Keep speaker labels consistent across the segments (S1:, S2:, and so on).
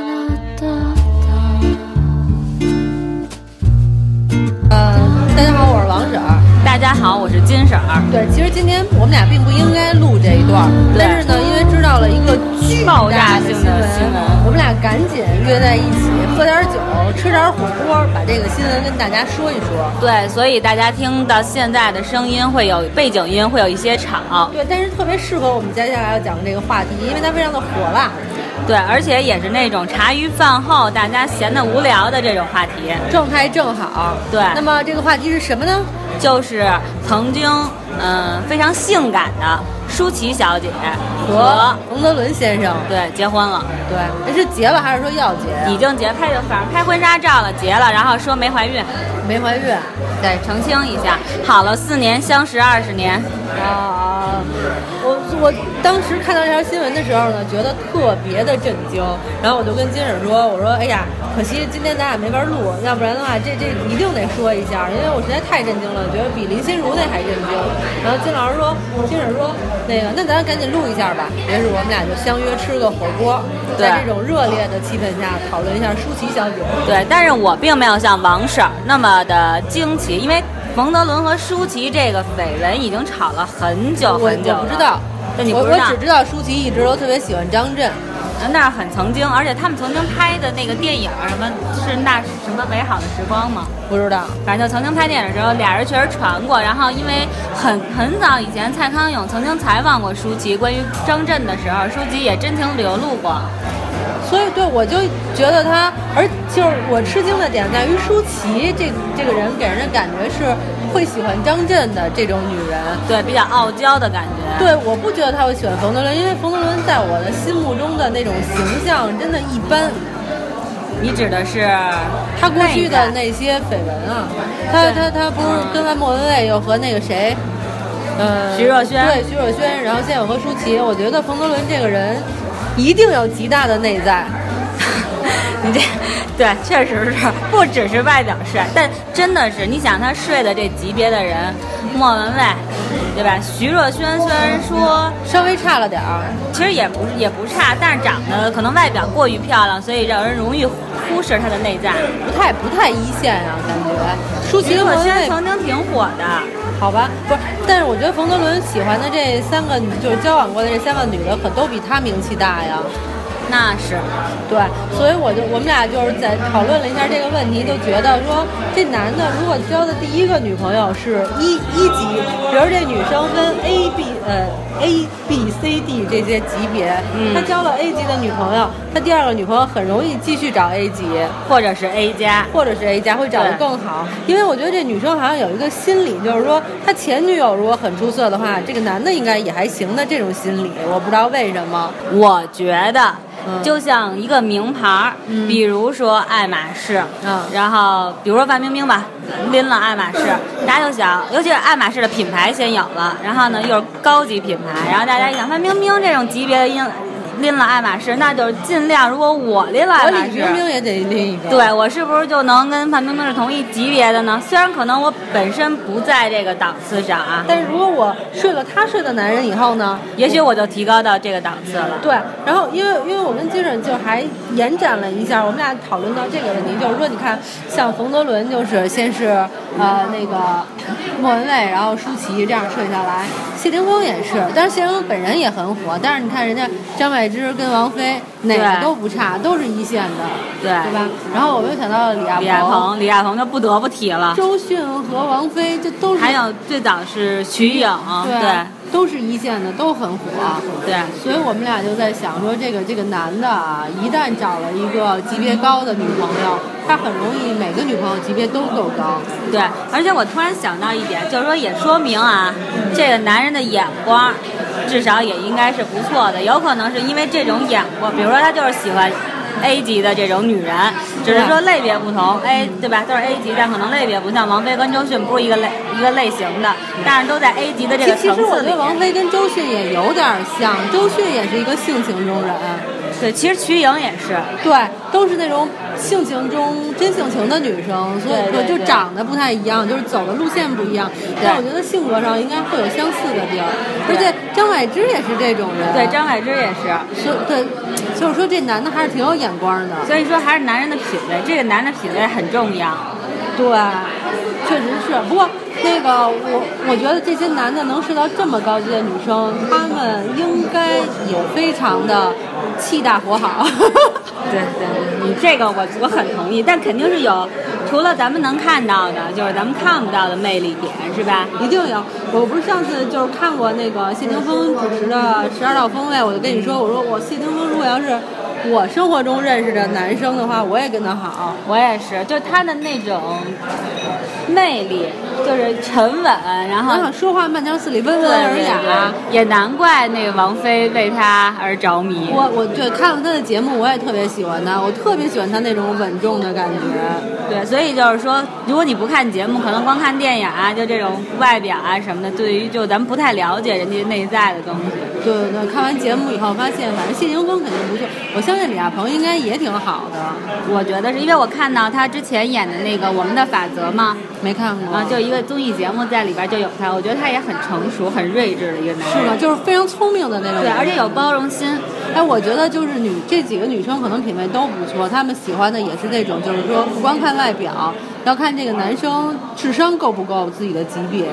S1: 呃
S2: 金色儿。
S1: 对，其实今天我们俩并不应该录这一段儿，
S2: 嗯对
S1: 但是呢，因为知道了一个巨大
S2: 爆炸性
S1: 新
S2: 的新闻
S1: 我们俩赶紧约在一起喝点儿酒，吃点儿火锅，把这个新闻跟大家说一说。
S2: 对，所以大家听到现在的声音会有背景音，会有一些吵。
S1: 对，但是特别适合我们接下来要讲的这个话题，因为它非常的火辣。
S2: 对，而且也是那种茶余饭后大家闲得无聊的这种话题。
S1: 正太正好，
S2: 对
S1: 那么这个话题是什么呢？
S2: 就是曾经嗯、非常性感的舒淇小姐
S1: 和
S2: 和
S1: 冯德伦先生，
S2: 对结婚了，
S1: 对，那是结了还是说要结呀？
S2: 已经结拍的，反正拍婚纱照了，结了，然后说没怀孕，
S1: 没怀孕。啊
S2: 对，澄清一下，好了四年，相识二十年，
S1: 啊！我我当时看到这条新闻的时候呢，觉得特别的震惊，然后我就跟金婶说：“我说，哎呀，可惜今天咱俩没法录，要不然的话，这这一定得说一下，因为我实在太震惊了，觉得比林心如那还震惊。”然后金老师说：“金婶说，那个，那咱赶紧录一下吧。”于是我们俩就相约吃个火锅，
S2: 对
S1: 在这种热烈的气氛下讨论一下舒淇小姐。
S2: 对，但是我并没有像王婶儿那么的惊奇，因为冯德伦和舒淇这个绯闻已经吵了很
S1: 我
S2: 久
S1: 我
S2: 很久了
S1: 不知道
S2: 对，你
S1: 我
S2: 不知
S1: 我
S2: 道
S1: 只知道舒淇一直都特别喜欢张震。
S2: 那儿很曾经，而且他们曾经拍的那个电影儿什么是那什么美好的时光吗？
S1: 不知道，
S2: 反正就曾经拍电影的时候，俩人确实传过。然后因为很很早以前，蔡康永曾经采访过舒淇，关于张震的时候，舒淇也真情流露过。
S1: 所以对我就觉得他，而就是我吃惊的点在于舒淇这这个人给人的感觉是会喜欢张震的这种女人。
S2: 对，比较傲娇的感觉。
S1: 对，我不觉得他会喜欢冯德伦，因为冯德伦在我的心目中的那种形象真的一般。
S2: 你指的是
S1: 他过去的
S2: 内在
S1: 那些绯闻啊，他他他不是跟完莫文蔚又和那个谁，呃，
S2: 徐若瑄
S1: 对徐若瑄，然后现在又和舒淇，我觉得冯德伦这个人一定有极大的内在。
S2: 你这对，确实是不只是外表帅，但真的是你想他睡的这级别的人，莫文蔚，对吧？徐若瑄虽然说
S1: 稍微差了点儿，
S2: 其实也不是也不差，但是长得可能外表过于漂亮，所以让人容易忽视她的内在。
S1: 不太不太一线啊，感觉。舒淇
S2: 徐
S1: 跟
S2: 若
S1: 冯
S2: 瑄
S1: 瑄
S2: 曾经挺火的，
S1: 好吧，不是，但是我觉得冯德伦喜欢的这三个，就是交往过的这三个女的，可都比他名气大呀。
S2: 那是
S1: 对，所以我就我们俩就是在讨论了一下这个问题，就觉得说这男的如果交的第一个女朋友是一一级，比如这女生分 A B 呃 A B C D 这些级别，
S2: 嗯
S1: 他交了 A 级的女朋友，他第二个女朋友很容易继续找 A 级。
S2: 或者是 A 加。
S1: 或者是 A 加会找得更好，因为我觉得这女生好像有一个心理，就是说她前女友如果很出色的话，这个男的应该也还行的这种心理，我不知道为什么。
S2: 我觉得
S1: 嗯
S2: 就像一个名牌儿，
S1: 嗯
S2: 比如说爱马仕，
S1: 嗯
S2: 然后比如说范冰冰吧，拎了爱马仕，
S1: 嗯
S2: 大家就想，尤其是爱马仕的品牌先有了，然后呢又是高级品牌，然后大家一想范冰冰这种级别的拎拎了爱马仕，那就是尽量如果我拎了
S1: 我
S2: 爱马
S1: 李
S2: 仕，
S1: 冰冰也得拎一个，，
S2: 对我是不是就能跟范冰冰是同一级别的呢？虽然可能我本身不在这个档次上啊，
S1: 但是如果我睡了她睡的男人以后呢，
S2: 也许我就提高到这个档次了。
S1: 对，然后因为因为我跟金婶就还延展了一下，我们俩讨论到这个问题，就是说你看，像冯德伦就是先是呃那个莫文蔚，然后舒淇这样睡下来，谢霆锋也是，但是谢霆锋本人也很火，但是你看人家张柏芝跟王菲哪个
S2: 对
S1: 都不差，都是一线的，
S2: 对
S1: 对吧？然后我又想到了李亚
S2: 李亚鹏，李亚鹏就不得不提了。
S1: 周迅和王菲，这都是
S2: 还有最早是瞿颖，
S1: 对，都是一线的，都很火。啊
S2: 对
S1: 所以我们俩就在想说，这个这个男的啊，一旦找了一个级别高的女朋友，他很容易每个女朋友级别都够高。
S2: 对对而且我突然想到一点，就是说也说明啊，这个男人的眼光，至少也应该是不错的。有可能是因为这种眼光，比如说他就是喜欢 A 级的这种女人，只是说类别不同，A 对吧？都是 A 级，但可能类别不像王菲跟周迅不是一个类一个类型的，但是都在 A 级的这
S1: 其
S2: 个
S1: 其
S2: 层
S1: 实我觉
S2: 次里
S1: 得。王菲跟周迅也有点像，周迅也是一个性情中人，啊
S2: 对，其实瞿颖也是，
S1: 对，都是那种性情中真性情的女生，所以
S2: 对对
S1: 说就
S2: 对
S1: 长得不太一样，就是走的路线不一样。但我觉得性格上应该会有相似的地儿，而
S2: 对
S1: 且张柏芝也是这种人，啊
S2: 对，张柏芝也是。
S1: 所以对，就是说这男的还是挺有眼光的。
S2: 所以说，还是男人的品味，这个男人的品味很重要。
S1: 对，确实是。不过那个我我觉得这些男的能睡到这么高级的女生，他们应该有非常的气大活好。
S2: 对对，对，你这个我我很同意，但肯定是有，除了咱们能看到的，就是咱们看不到的魅力点，是吧？
S1: 一定有。我不是上次就是看过那个谢霆锋主持的《十二道锋味》，我就跟你说，我说我谢霆锋如果要是我生活中认识的男生的话，我也跟他好。
S2: 我也是，就是他的那种魅力，就是沉稳，然后
S1: 然后说话慢条斯理，温
S2: 对
S1: 文尔
S2: 嗯对
S1: 雅。
S2: 对也难怪那个王菲为他而着迷。
S1: 我我对看了他的节目，我也特别喜欢他，我特别喜欢他那种稳重的感觉。
S2: 对，所以就是说，如果你不看节目，可能光看电影啊，就这种外表啊什么的，对于就咱们不太了解人家内在的东西。
S1: 对对对，看完节目以后发现，反正谢霆锋肯定不错，我相信李亚鹏应该也挺好的。
S2: 我觉得是因为我看到他之前演的那个《我们的法则》嘛，
S1: 没看过
S2: 啊，就一个综艺节目在里边就有他，我觉得他也很成熟、很睿智的一个男人。
S1: 是吗？？就是非常聪明的那种。
S2: 对，而且有包容心。
S1: 哎，我觉得就是女这几个女生可能品味都不错，她们喜欢的也是那种，就是说不光看外表，要看这个男生智商够不够自己的级别。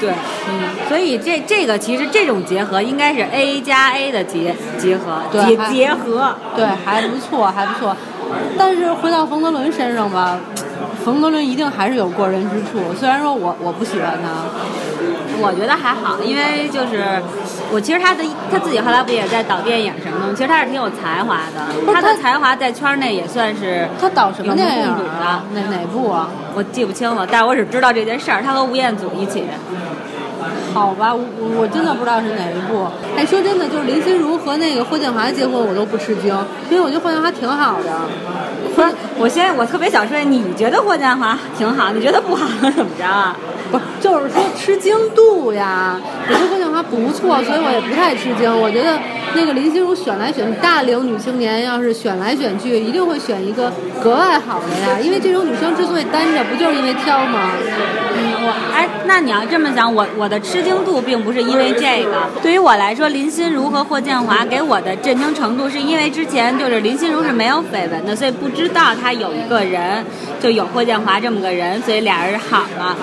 S2: 对，嗯，所以这这个其实这种结合应该是 A 加 A 的结结合，
S1: 对
S2: 结
S1: 还
S2: 结合。
S1: 对，还不错，还不错。但是回到冯德伦身上吧，冯德伦一定还是有过人之处。虽然说我我不喜欢他，
S2: 我觉得还好，因为就是我其实他的他自己后来不也在导电影什么的吗？其实他是挺有才华
S1: 不是
S2: 的，他
S1: 他
S2: 的才华在圈内也算是
S1: 他导什么
S2: 有目
S1: 电影
S2: 共睹
S1: 啊？哪哪部啊？
S2: 我记不清了，但是我只知道这件事儿，他和吴彦祖一起。
S1: 好吧，我我真的不知道是哪一部。哎，说真的，就是林心如和那个霍建华结婚，我都不吃惊，因为我觉得霍建华挺好的。
S2: 不是，我现在我特别想说，你觉得霍建华挺好，你觉得不好怎么着啊？
S1: 不，就是说吃惊度呀。我觉得霍建华不错，所以我也不太吃惊。我觉得那个林心如选来选去，大龄女青年要是选来选去，一定会选一个格外好的呀。因为这种女生之所以单着，不就是因为挑吗？
S2: 嗯，我哎，那你要这么想，我我的吃惊度并不是因为这个。对于我来说，林心如和霍建华给我的震惊程度，是因为之前就是林心如是没有绯闻的，所以不知道她有一个人，就有霍建华这么个人，所以俩人好了，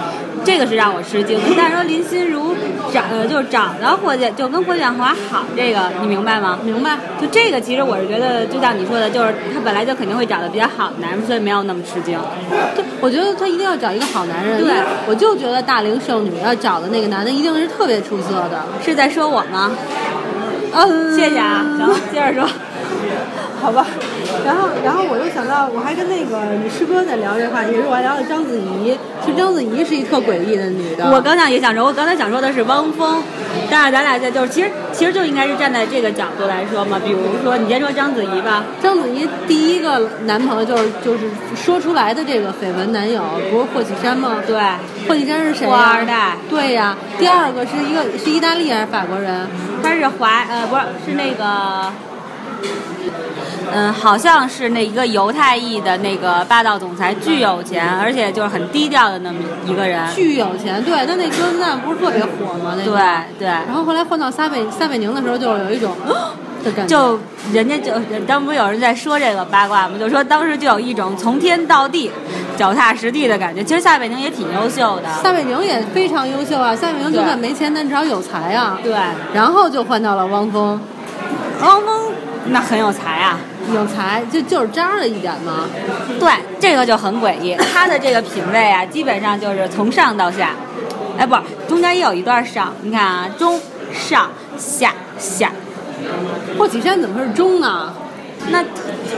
S2: 这个是让我吃惊的。但是说林心如找呃就找到霍建，就跟霍建华好，这个你明白吗？
S1: 明白？
S2: 就这个，其实我是觉得，就像你说的，就是她本来就肯定会找的比较好的男人，所以没有那么吃惊。
S1: 对，我觉得她一定要找一个好男人。
S2: 对，
S1: 我就觉得大龄剩女要找的那个男的一定是特别出色的。
S2: 是在说我吗？
S1: 嗯
S2: 谢谢啊，行，接着说。
S1: 好吧。然后，然后我又想到，我还跟那个你师哥在聊这话题，也是我还聊的章子怡，其实章子怡是一特诡异的女的。
S2: 我刚才也想说，我刚才想说的是汪峰，但是咱俩这就是其实其实就应该是站在这个角度来说嘛。比如说，你先说章子怡吧，
S1: 章子怡第一个男朋友就是就是说出来的这个绯闻男友，不是霍启山吗？
S2: 对，
S1: 霍启山是谁、呀啊
S2: 富二代，
S1: 对呀、第二个是一个是意大利还是法国人？
S2: 他是华呃不是是那个，嗯、好像是那一个犹太裔的那个霸道总裁，巨有钱，而且就是很低调的那么一个人。
S1: 巨有钱，对，他那歌那不是特别火吗？那
S2: 对
S1: 个。
S2: 对，
S1: 然后后来换到撒贝撒贝宁的时候，就是有一种啊的感觉。
S2: 就人家就呃当不是有人在说这个八卦吗？就说当时就有一种从天到地、脚踏实地的感觉。其实夏北宁也挺优秀的，
S1: 撒贝宁也非常优秀啊，撒贝宁就算没钱，但至少有才啊。
S2: 对，
S1: 然后就换到了汪峰，
S2: 汪峰那很有才啊。
S1: 有才就就是渣了一点嘛。
S2: 对，这个就很诡异，他的这个品味啊，基本上就是从上到下，哎，不，中间也有一段上，你看啊，中上下下，
S1: 霍启山怎么会是中呢？
S2: 那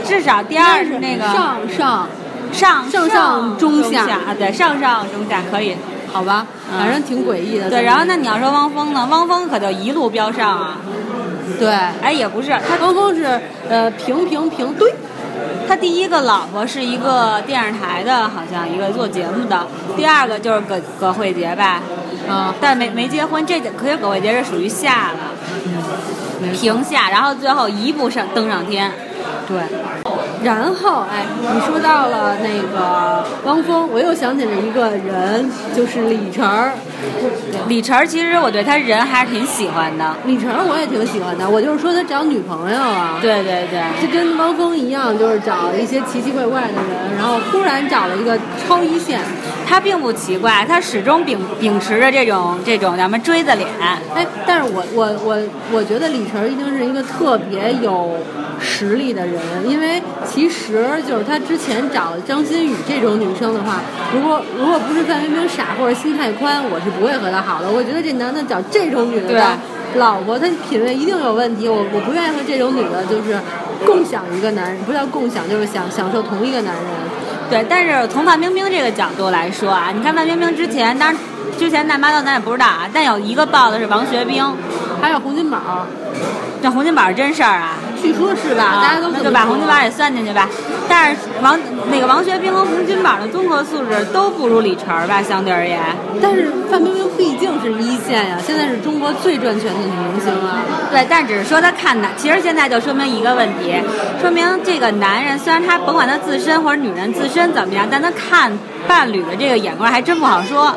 S2: 至少第二是那个
S1: 上上，
S2: 上
S1: 上上中
S2: 中
S1: 下
S2: 啊，对，上上中下可以。
S1: 好吧，
S2: 嗯
S1: 反正挺诡异的。
S2: 对，然后那你要说汪峰呢？汪峰可就一路飙上啊！
S1: 对，
S2: 哎，也不是，他
S1: 汪峰是呃平平平对，
S2: 他第一个老婆是一个电视台的，好像一个做节目的，第二个就是葛葛慧杰吧，
S1: 啊，
S2: 但没没结婚，这可是葛慧杰是属于下了
S1: 没错
S2: 平下，然后最后一步上登上天。
S1: 对。然后哎，你说到了那个汪峰，我又想起了一个人，就是李晨儿。
S2: 李晨儿其实我对他人还是挺喜欢的，
S1: 李晨我也挺喜欢的，我就是说他找女朋友啊，
S2: 对对对，
S1: 就跟汪峰一样，就是找一些奇奇怪怪的人，然后忽然找了一个超一线。
S2: 他并不奇怪，他始终秉秉持着这种这种咱们锥子脸，
S1: 哎，但是我我我我觉得李晨一定是一个特别有实力的人，因为其实就是他之前找张馨予这种女生的话，如果如果不是范冰冰傻或者心太宽，我是不会和他好的。我觉得这男的找这种女的
S2: 对
S1: 吧老婆，他品味一定有问题。我我不愿意和这种女的，就是共享一个男人，不叫共享，就是享享受同一个男人。
S2: 对。但是从范冰冰这个角度来说啊，你看范冰冰之前，当然之前大妈到咱也不知道啊，但有一个爆的是王学兵，
S1: 还有洪金宝，
S2: 这洪金宝是真事儿啊，啊
S1: 据说是吧？大家都
S2: 那
S1: 这么
S2: 就把
S1: 说
S2: 洪金宝也算进去吧。但是王那个王学兵和洪金宝的综合素质都不如李晨儿吧，相对而言。
S1: 但是范冰冰毕竟是一线呀，现在是中国最赚钱的女明星啊。
S2: 对，但只是说他看的，其实现在就说明一个问题，说明这个男人虽然他甭管他自身或者女人自身怎么样，但他看伴侣的这个眼光还真不好说，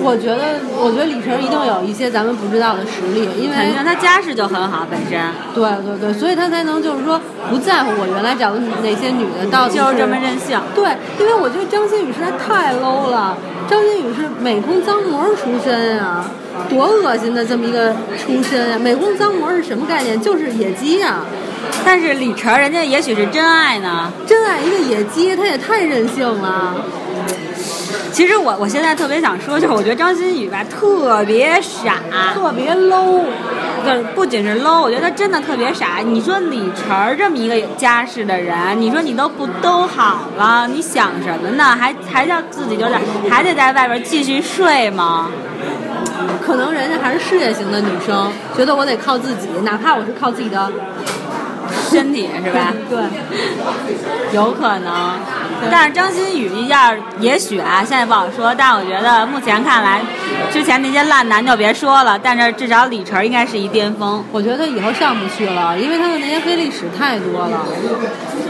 S1: 我觉得，我觉得李晨一定有一些咱们不知道的实力，因
S2: 肯定
S1: 为
S2: 他家世就很好本身，
S1: 对对对，所以他才能就是说不在乎我原来找的哪些女的到底
S2: 就是这么任性。
S1: 对，因为我觉得张馨予实在太 low 了，张馨予是美工脏模出身啊，多恶心的这么一个出身啊！美工脏模是什么概念？就是野鸡啊，
S2: 但是李晨儿人家也许是真爱呢。
S1: 真爱一个野鸡，他也太任性了。
S2: 其实我我现在特别想说，就是我觉得张馨予吧特别傻，
S1: 特别 low，
S2: 就是不仅是 low，我觉得他真的特别傻。你说李晨儿这么一个有家世的人，你说你都不都好了，你想什么呢？还还叫自己就在还得在外边继续睡吗？
S1: 可能人家还是事业型的女生，觉得我得靠自己，哪怕我是靠自己的，
S2: 身体 是吧？
S1: 对，
S2: 有可能。但是张馨予要是也许啊，现在不好说。但我觉得目前看来，之前那些烂男就别说了，但是至少李晨儿应该是一巅峰。
S1: 我觉得以后上不去了，因为她的那些黑历史太多了。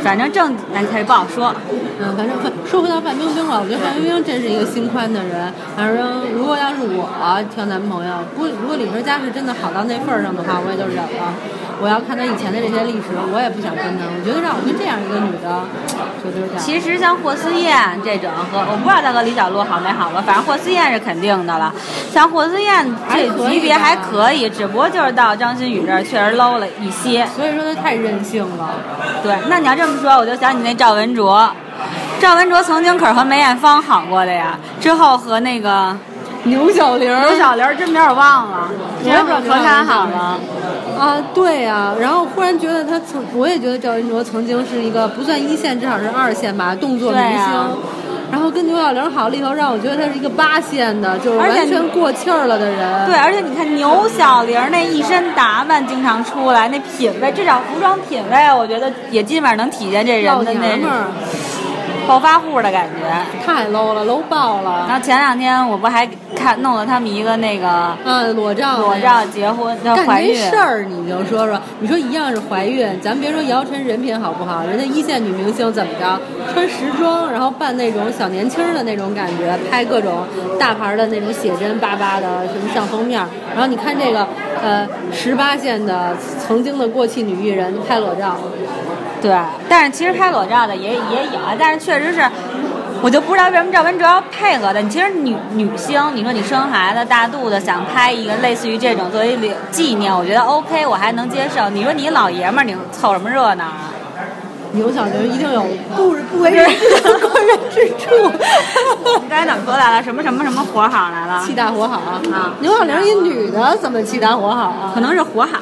S2: 反正正哎，他也不好说。
S1: 嗯，反正说回到范冰冰了，我觉得范冰冰真是一个心宽的人。反正如果要是我挑男朋友，不，如果李晨家是真的好到那份儿上的话，我也就忍了。我要看她以前的这些历史，我也不想跟她。我觉得让我跟这样一个女的，觉得有点儿。
S2: 其实像霍思燕这种和我不知道她和李小璐好没好吧，反正霍思燕是肯定的了。像霍思燕这级别还可以，只不过就是到张馨予这儿确实 low 了一些。
S1: 所以说她太任性了。
S2: 对，那你要这么说，我就想起那赵文卓，赵文卓曾经可是和梅艳芳好过的呀，之后和那个
S1: 牛小玲儿，
S2: 刘小玲儿真名儿我忘了，
S1: 我也不知道
S2: 和她好了。
S1: 啊，对呀、然后忽然觉得他曾，我也觉得赵文卓曾经是一个不算一线，至少是二线吧，动作明
S2: 对
S1: 星。
S2: 啊
S1: 然后跟牛小玲好了以后，让我觉得他是一个八线的，就是
S2: 而且
S1: 完
S2: 你
S1: 全过气儿了的人。
S2: 对，而且你看牛小玲儿那一身打扮，经常出来那品味，至少服装品味，我觉得也基本上能体现这
S1: 老
S2: 人的
S1: 娘
S2: 那
S1: 们儿
S2: 暴发户的感觉。
S1: 太 low 了，low 爆了。
S2: 然后前两天我不还看弄了他们一个那个
S1: 嗯，裸照，
S2: 裸照。结婚的
S1: 干
S2: 怀
S1: 这
S2: 孕，
S1: 事儿你就说说，你说一样是怀孕，咱别说姚晨人品好不好，人家一线女明星怎么着，穿时装，然后扮那种小年轻儿的那种感觉，拍各种大牌儿的那种写真巴巴的什么上封面儿，然后你看这个呃十八线的曾经的过气女艺人拍裸照，
S2: 对，但是其实拍裸照的也也有，啊但是确实是。我就不知道为什么赵文卓要配合的。你其实女女星，你说你生孩子大肚子，想拍一个类似于这种作为留纪念，我觉得 OK，我还能接受。你说你老爷们儿，你凑什么热闹啊？
S1: 牛小玲一定有不不为人 知的过人之处。
S2: 你刚才怎么说来了？什么什么什么活好来了？
S1: 气大活好
S2: 啊
S1: 牛小玲一女的怎么气大活好啊？
S2: 可能是活好，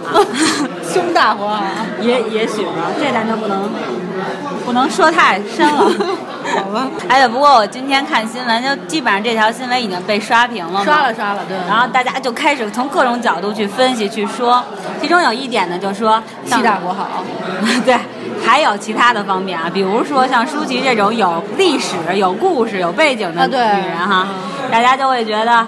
S1: 胸大活好。啊
S2: 也也许吧，这咱就不能不能说太深了。
S1: 好吧。
S2: 哎呀，不过我今天看新闻，就基本上这条新闻已经被刷屏了嘛。
S1: 刷了刷了，对。
S2: 嗯然后大家就开始从各种角度去分析去说，其中有一点呢，就说像
S1: 七大国好，
S2: 对，还有其他的方面啊，比如说像舒淇这种有历史、有故事、有背景的
S1: 啊
S2: 女
S1: 对嗯
S2: 人哈，大家就会觉得，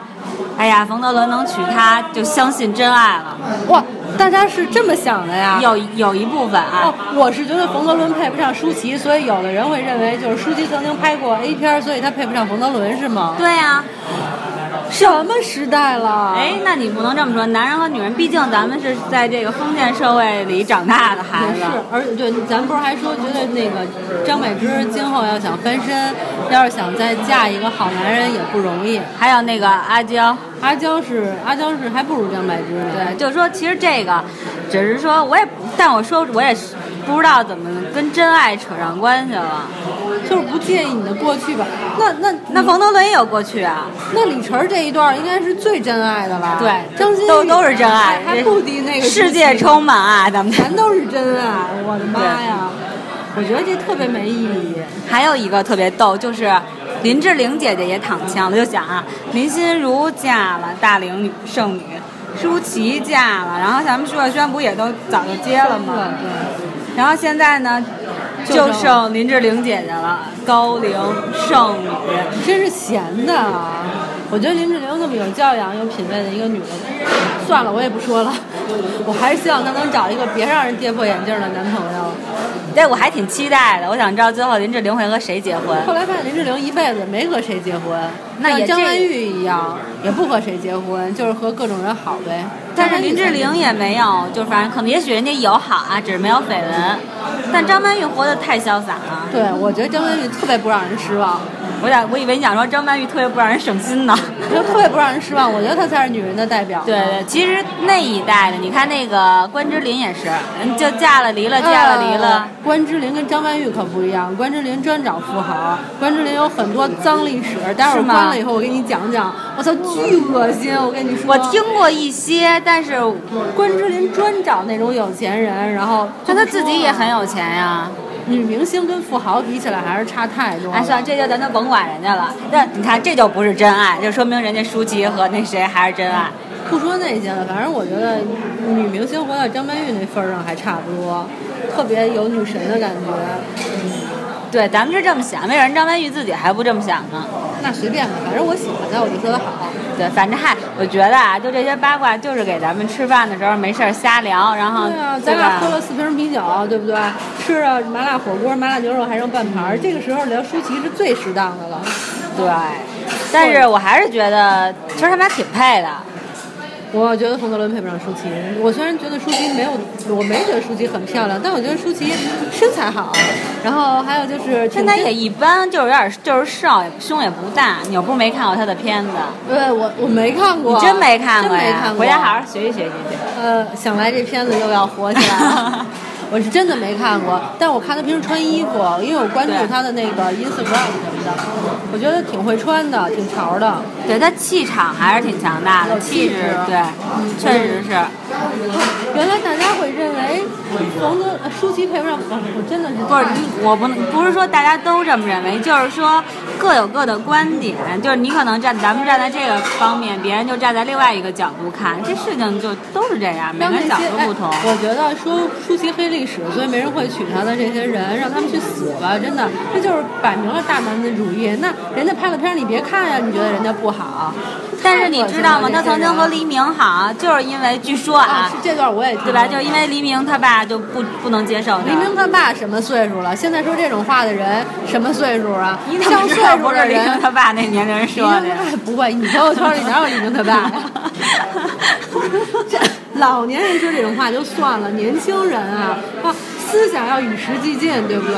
S2: 哎呀，冯德伦能娶她，就相信真爱了。
S1: 嗯哇，大家是这么想的呀？
S2: 有有一部分
S1: 啊
S2: 啊
S1: 哦，，我是觉得冯德伦配不上舒淇，所以有的人会认为就是舒淇曾经拍过 A 片儿，所以她配不上冯德伦是吗？
S2: 对呀、
S1: 什么时代了？
S2: 哎，那你不能这么说，男人和女人，毕竟咱们是在这个封建社会里长大的孩
S1: 也
S2: 子
S1: 是。，而且对，咱不是还说，觉得那个张柏芝今后要想翻身，要是想再嫁一个好男人也不容易。
S2: 还有那个阿娇，
S1: 阿娇是阿娇是还不如张柏芝呢。
S2: 对，就是说，其实这个，只是说，我也不，但我说我也是不知道怎么跟真爱扯上关系了。
S1: 就是不介意你的过去吧。那那
S2: 那冯德伦也有过去啊，
S1: 那李晨儿这一段儿应该是最真爱的了。
S2: 对，
S1: 张馨予
S2: 都都是真爱，
S1: 啊还还不敌那个
S2: 世界充满爱，咱们
S1: 全都是真爱。我的妈呀！我觉得这特别没意义。
S2: 还有一个特别逗，就是林志玲姐姐也躺枪了。就想啊，林心如嫁了大龄女剩女，舒淇嫁了，然后咱们舒晓轩不也都早就结了吗？
S1: 对，
S2: 然后现在呢，就剩林志玲姐姐了，高龄剩女。
S1: 你真是闲的啊！我觉得林志玲那么有教养、有品位的一个女人，算了，我也不说了。我还是希望她能找一个别让人跌破眼镜儿的男朋友。
S2: 对，我还挺期待的，我想知道最后林志玲会和谁结婚。
S1: 后来发现林志玲一辈子没和谁结婚，
S2: 那也
S1: 像张
S2: 这
S1: 曼玉一样，也不和谁结婚，就是和各种人好呗。
S2: 但是林志玲也没有，就反正可能也许人家有好啊，只是没有绯闻。但张曼玉活得太潇洒了。
S1: 对，我觉得张曼玉特别不让人失望，
S2: 我想，我以为你想说张曼玉特别不让人省心呢。
S1: 就特别不让人失望。我觉得她才是女人的代表。
S2: 对对，其实那一代的，你看那个关之琳也是，嗯就嫁了离了，
S1: 呃，
S2: 嫁了离了。
S1: 关之琳跟张曼玉可不一样，关之琳专找富豪，关之琳有很多脏历史，待会
S2: 是
S1: 儿
S2: 吗
S1: 关了以后我给你讲讲。我操，巨恶心！我跟你说，
S2: 我听过一些，但是
S1: 关之琳专找那种有钱人，然后
S2: 但她自己也很有钱呀。
S1: 女明星跟富豪比起来还是差太多了。
S2: 哎，算了，这就咱就甭管人家了。那你看，这就不是真爱，就说明人家舒淇和那谁还是真爱。
S1: 不说那些了，反正我觉得女明星活到张曼玉那份儿上还差不多，特别有女神的感觉。
S2: 对，咱们是这么想，为什么张曼玉自己还不这么想呢？
S1: 那随便吧，反正我喜欢她，我就说她好。
S2: 对，反正嗨，我觉得啊，就这些八卦，就是给咱们吃饭的时候没事儿瞎聊，然后
S1: 对啊，
S2: 对
S1: 咱俩
S2: 吧
S1: 喝了四瓶啤酒，对不对？吃了麻辣火锅、麻辣牛肉还剩半盘儿，这个时候聊舒淇是最适当的了。
S2: 对，但是我还是觉得，其实他们俩挺配的。
S1: 我觉得冯德伦配不上舒淇。我虽然觉得舒淇没有，我没觉得舒淇很漂亮，但我觉得舒淇身材好，然后还有就是挺
S2: 身材也一般，就是有点就是瘦，也胸也不大。你又不是没看过他的片子，
S1: 对呃我我没看过，
S2: 你真没看
S1: 真
S2: 过
S1: 没
S2: 呀？
S1: 看过，
S2: 回家好好学习学习去。
S1: 呃，想来这片子又要火起来 了。我是真的没看过，但我看他平时穿衣服，因为我关注
S2: 对
S1: 他的那个 Instagram 什么的，我觉得挺会穿的，挺潮的。
S2: 对他气场还是挺强大的，
S1: 有气
S2: 气
S1: 质嗯
S2: 质对，确实是。
S1: 原来大家会认为冯德呃舒淇配不上冯，我真的是
S2: 不是
S1: 太
S2: 你，我不能不是说大家都这么认为，就是说各有各的观点，就是你可能站咱们站在这个方面，别人就站在另外一个角度看，这事情就都是这样，每
S1: 让
S2: 个
S1: 那
S2: 人
S1: 些
S2: 角度不同。
S1: 哎我觉得说舒淇黑历史，所以没人会娶她的这些人，让他们去死吧！真的，这就是摆明了大男子主义。那人家拍了片儿你别看呀、你觉得人家不好？
S2: 但是你知道吗？
S1: 太恶心了
S2: 他曾经和黎明好，就是因为据说
S1: 啊，
S2: 啊
S1: 是，这段我也听
S2: 对吧？
S1: 了
S2: 就是因为黎明他爸就不不能接受他。
S1: 黎明他爸什么岁数了？现在说这种话的人什么岁数啊？
S2: 你怎
S1: 上
S2: 么
S1: 岁
S2: 知道
S1: 数
S2: 不是
S1: 的
S2: 黎
S1: 人
S2: 明，他爸那年龄
S1: 黎
S2: 说的
S1: 明
S2: 呀？
S1: 他爸不会，你朋友圈里哪有黎明他爸 呀？这老年人说这种话就算了，年轻人啊，啊思想要与时俱进，对不对？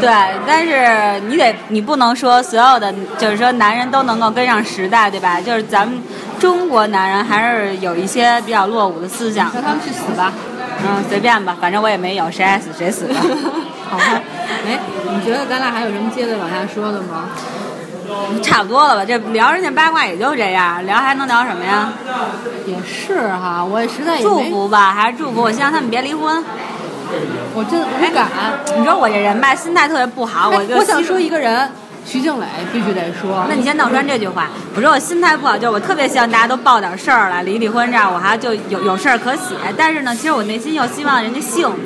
S2: 对，但是你得，你不能说所有的，就是说男人都能够跟上时代，对吧？就是咱们中国男人还是有一些比较落伍的思想，
S1: 让他们去死吧！
S2: 嗯，随便吧，反正我也没有，谁爱死谁死 吧。
S1: 好吧，哎，你觉得咱俩还有什么接着往下说的吗？
S2: 差不多了吧？这聊人家八卦也就这样，聊还能聊什么呀？
S1: 也是哈，我也实在也
S2: 祝
S1: 没，
S2: 福吧，还是祝福？我希望他们别离婚。
S1: 我真的无感。
S2: 你说我这人吧，心态特别不好，
S1: 哎
S2: 我就
S1: 我想
S2: 希
S1: 说一个人，徐静蕾必须得说。
S2: 那你先等我说完这句话，我说我心态不好，就是我特别希望大家都报点事儿来，离离婚这样，我还就有有事儿可写。但是呢，其实我内心又希望人家幸福，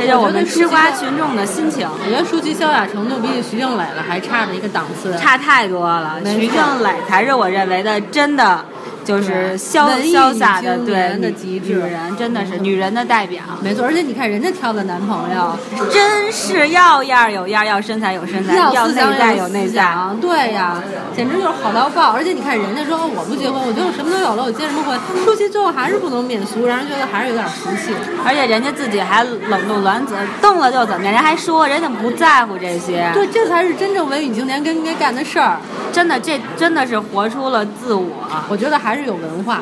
S2: 这就是我们吃瓜群众的心情，
S1: 我觉得舒淇潇洒程度比起徐静蕾了还差着一个档次。
S2: 差太多了。
S1: 没错
S2: 徐静蕾才是我认为的真的就是潇
S1: 文艺
S2: 潇洒的
S1: 青
S2: 对
S1: 年的
S2: 女
S1: 极致嗯
S2: 女人真的是女人的代表，
S1: 没错，而且你看人家挑的男朋友，
S2: 真是要样儿有样儿，要身材有身材，要
S1: 思
S2: 内
S1: 想
S2: 在
S1: 有
S2: 有内
S1: 思
S2: 在。
S1: 想，对呀，简直就是好到爆。而且你看人家说，哦我不结婚，我觉得我什么都有了，我结什么婚？说其最后还是不能免俗，让人觉得还是有点俗气。
S2: 而且人家自己还冷冻卵子，动了就怎么样，人还说人家不在乎这些。
S1: 对，这才是真正文艺青年该应该干的事儿。
S2: 真的，这真的是活出了自我，
S1: 我觉得还是有文化，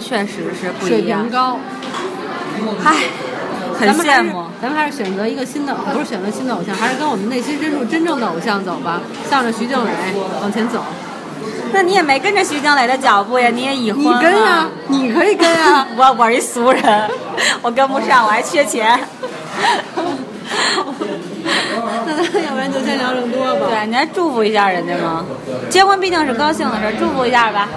S2: 确实是不
S1: 水
S2: 一样
S1: 平。高。
S2: 唉，很
S1: 咱们还
S2: 羡
S1: 是
S2: 慕。
S1: 咱们还是选择一个新的，不是选择新的偶像，还是跟我们内心深处真正的偶像走吧，向着徐静蕾往前走。
S2: 那你也没跟着徐静蕾的脚步呀，你也已婚
S1: 你
S2: 了
S1: 跟呀、你可以跟啊呀、
S2: 我我是一俗人，我跟不上，我还缺钱。
S1: 那咱要不然就先聊这么多吧，
S2: 对，你还祝福一下人家吗？结婚毕竟是高兴的事儿，祝福一下吧。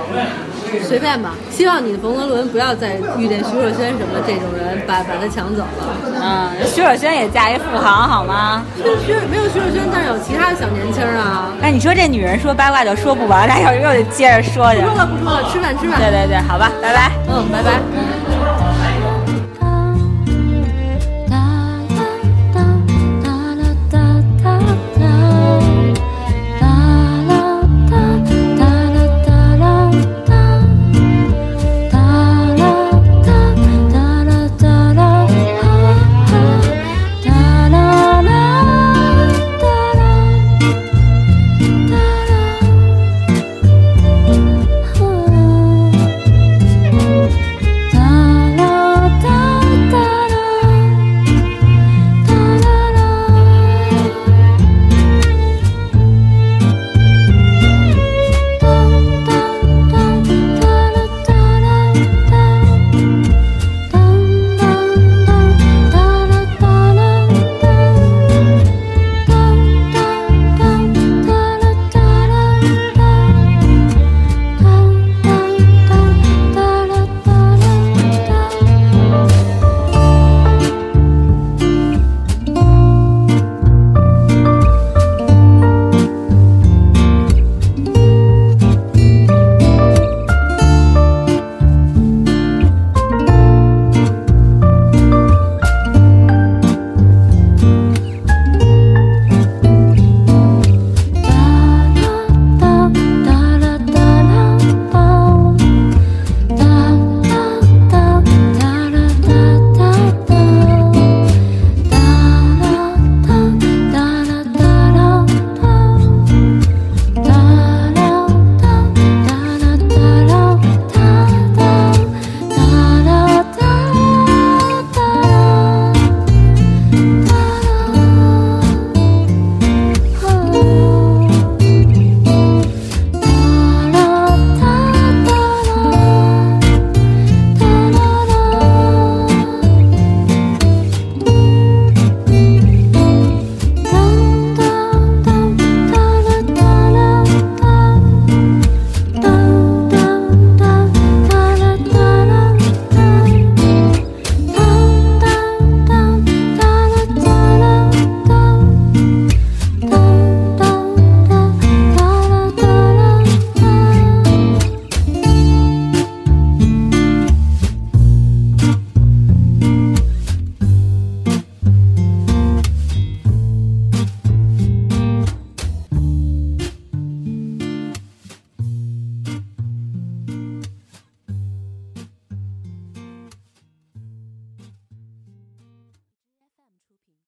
S1: 随便吧。希望你的冯德伦不要再遇见徐若瑄什么这种人，把把他抢走了。
S2: 嗯，徐若瑄也嫁一富豪好吗？
S1: 徐徐没有徐若瑄，但是有其他的小年轻啊。
S2: 哎，你说这女人说八卦就说不完，她又又得接着说去
S1: 不。说了不说了，吃饭吃饭。
S2: 对对对，好吧，拜拜。
S1: 嗯，拜拜。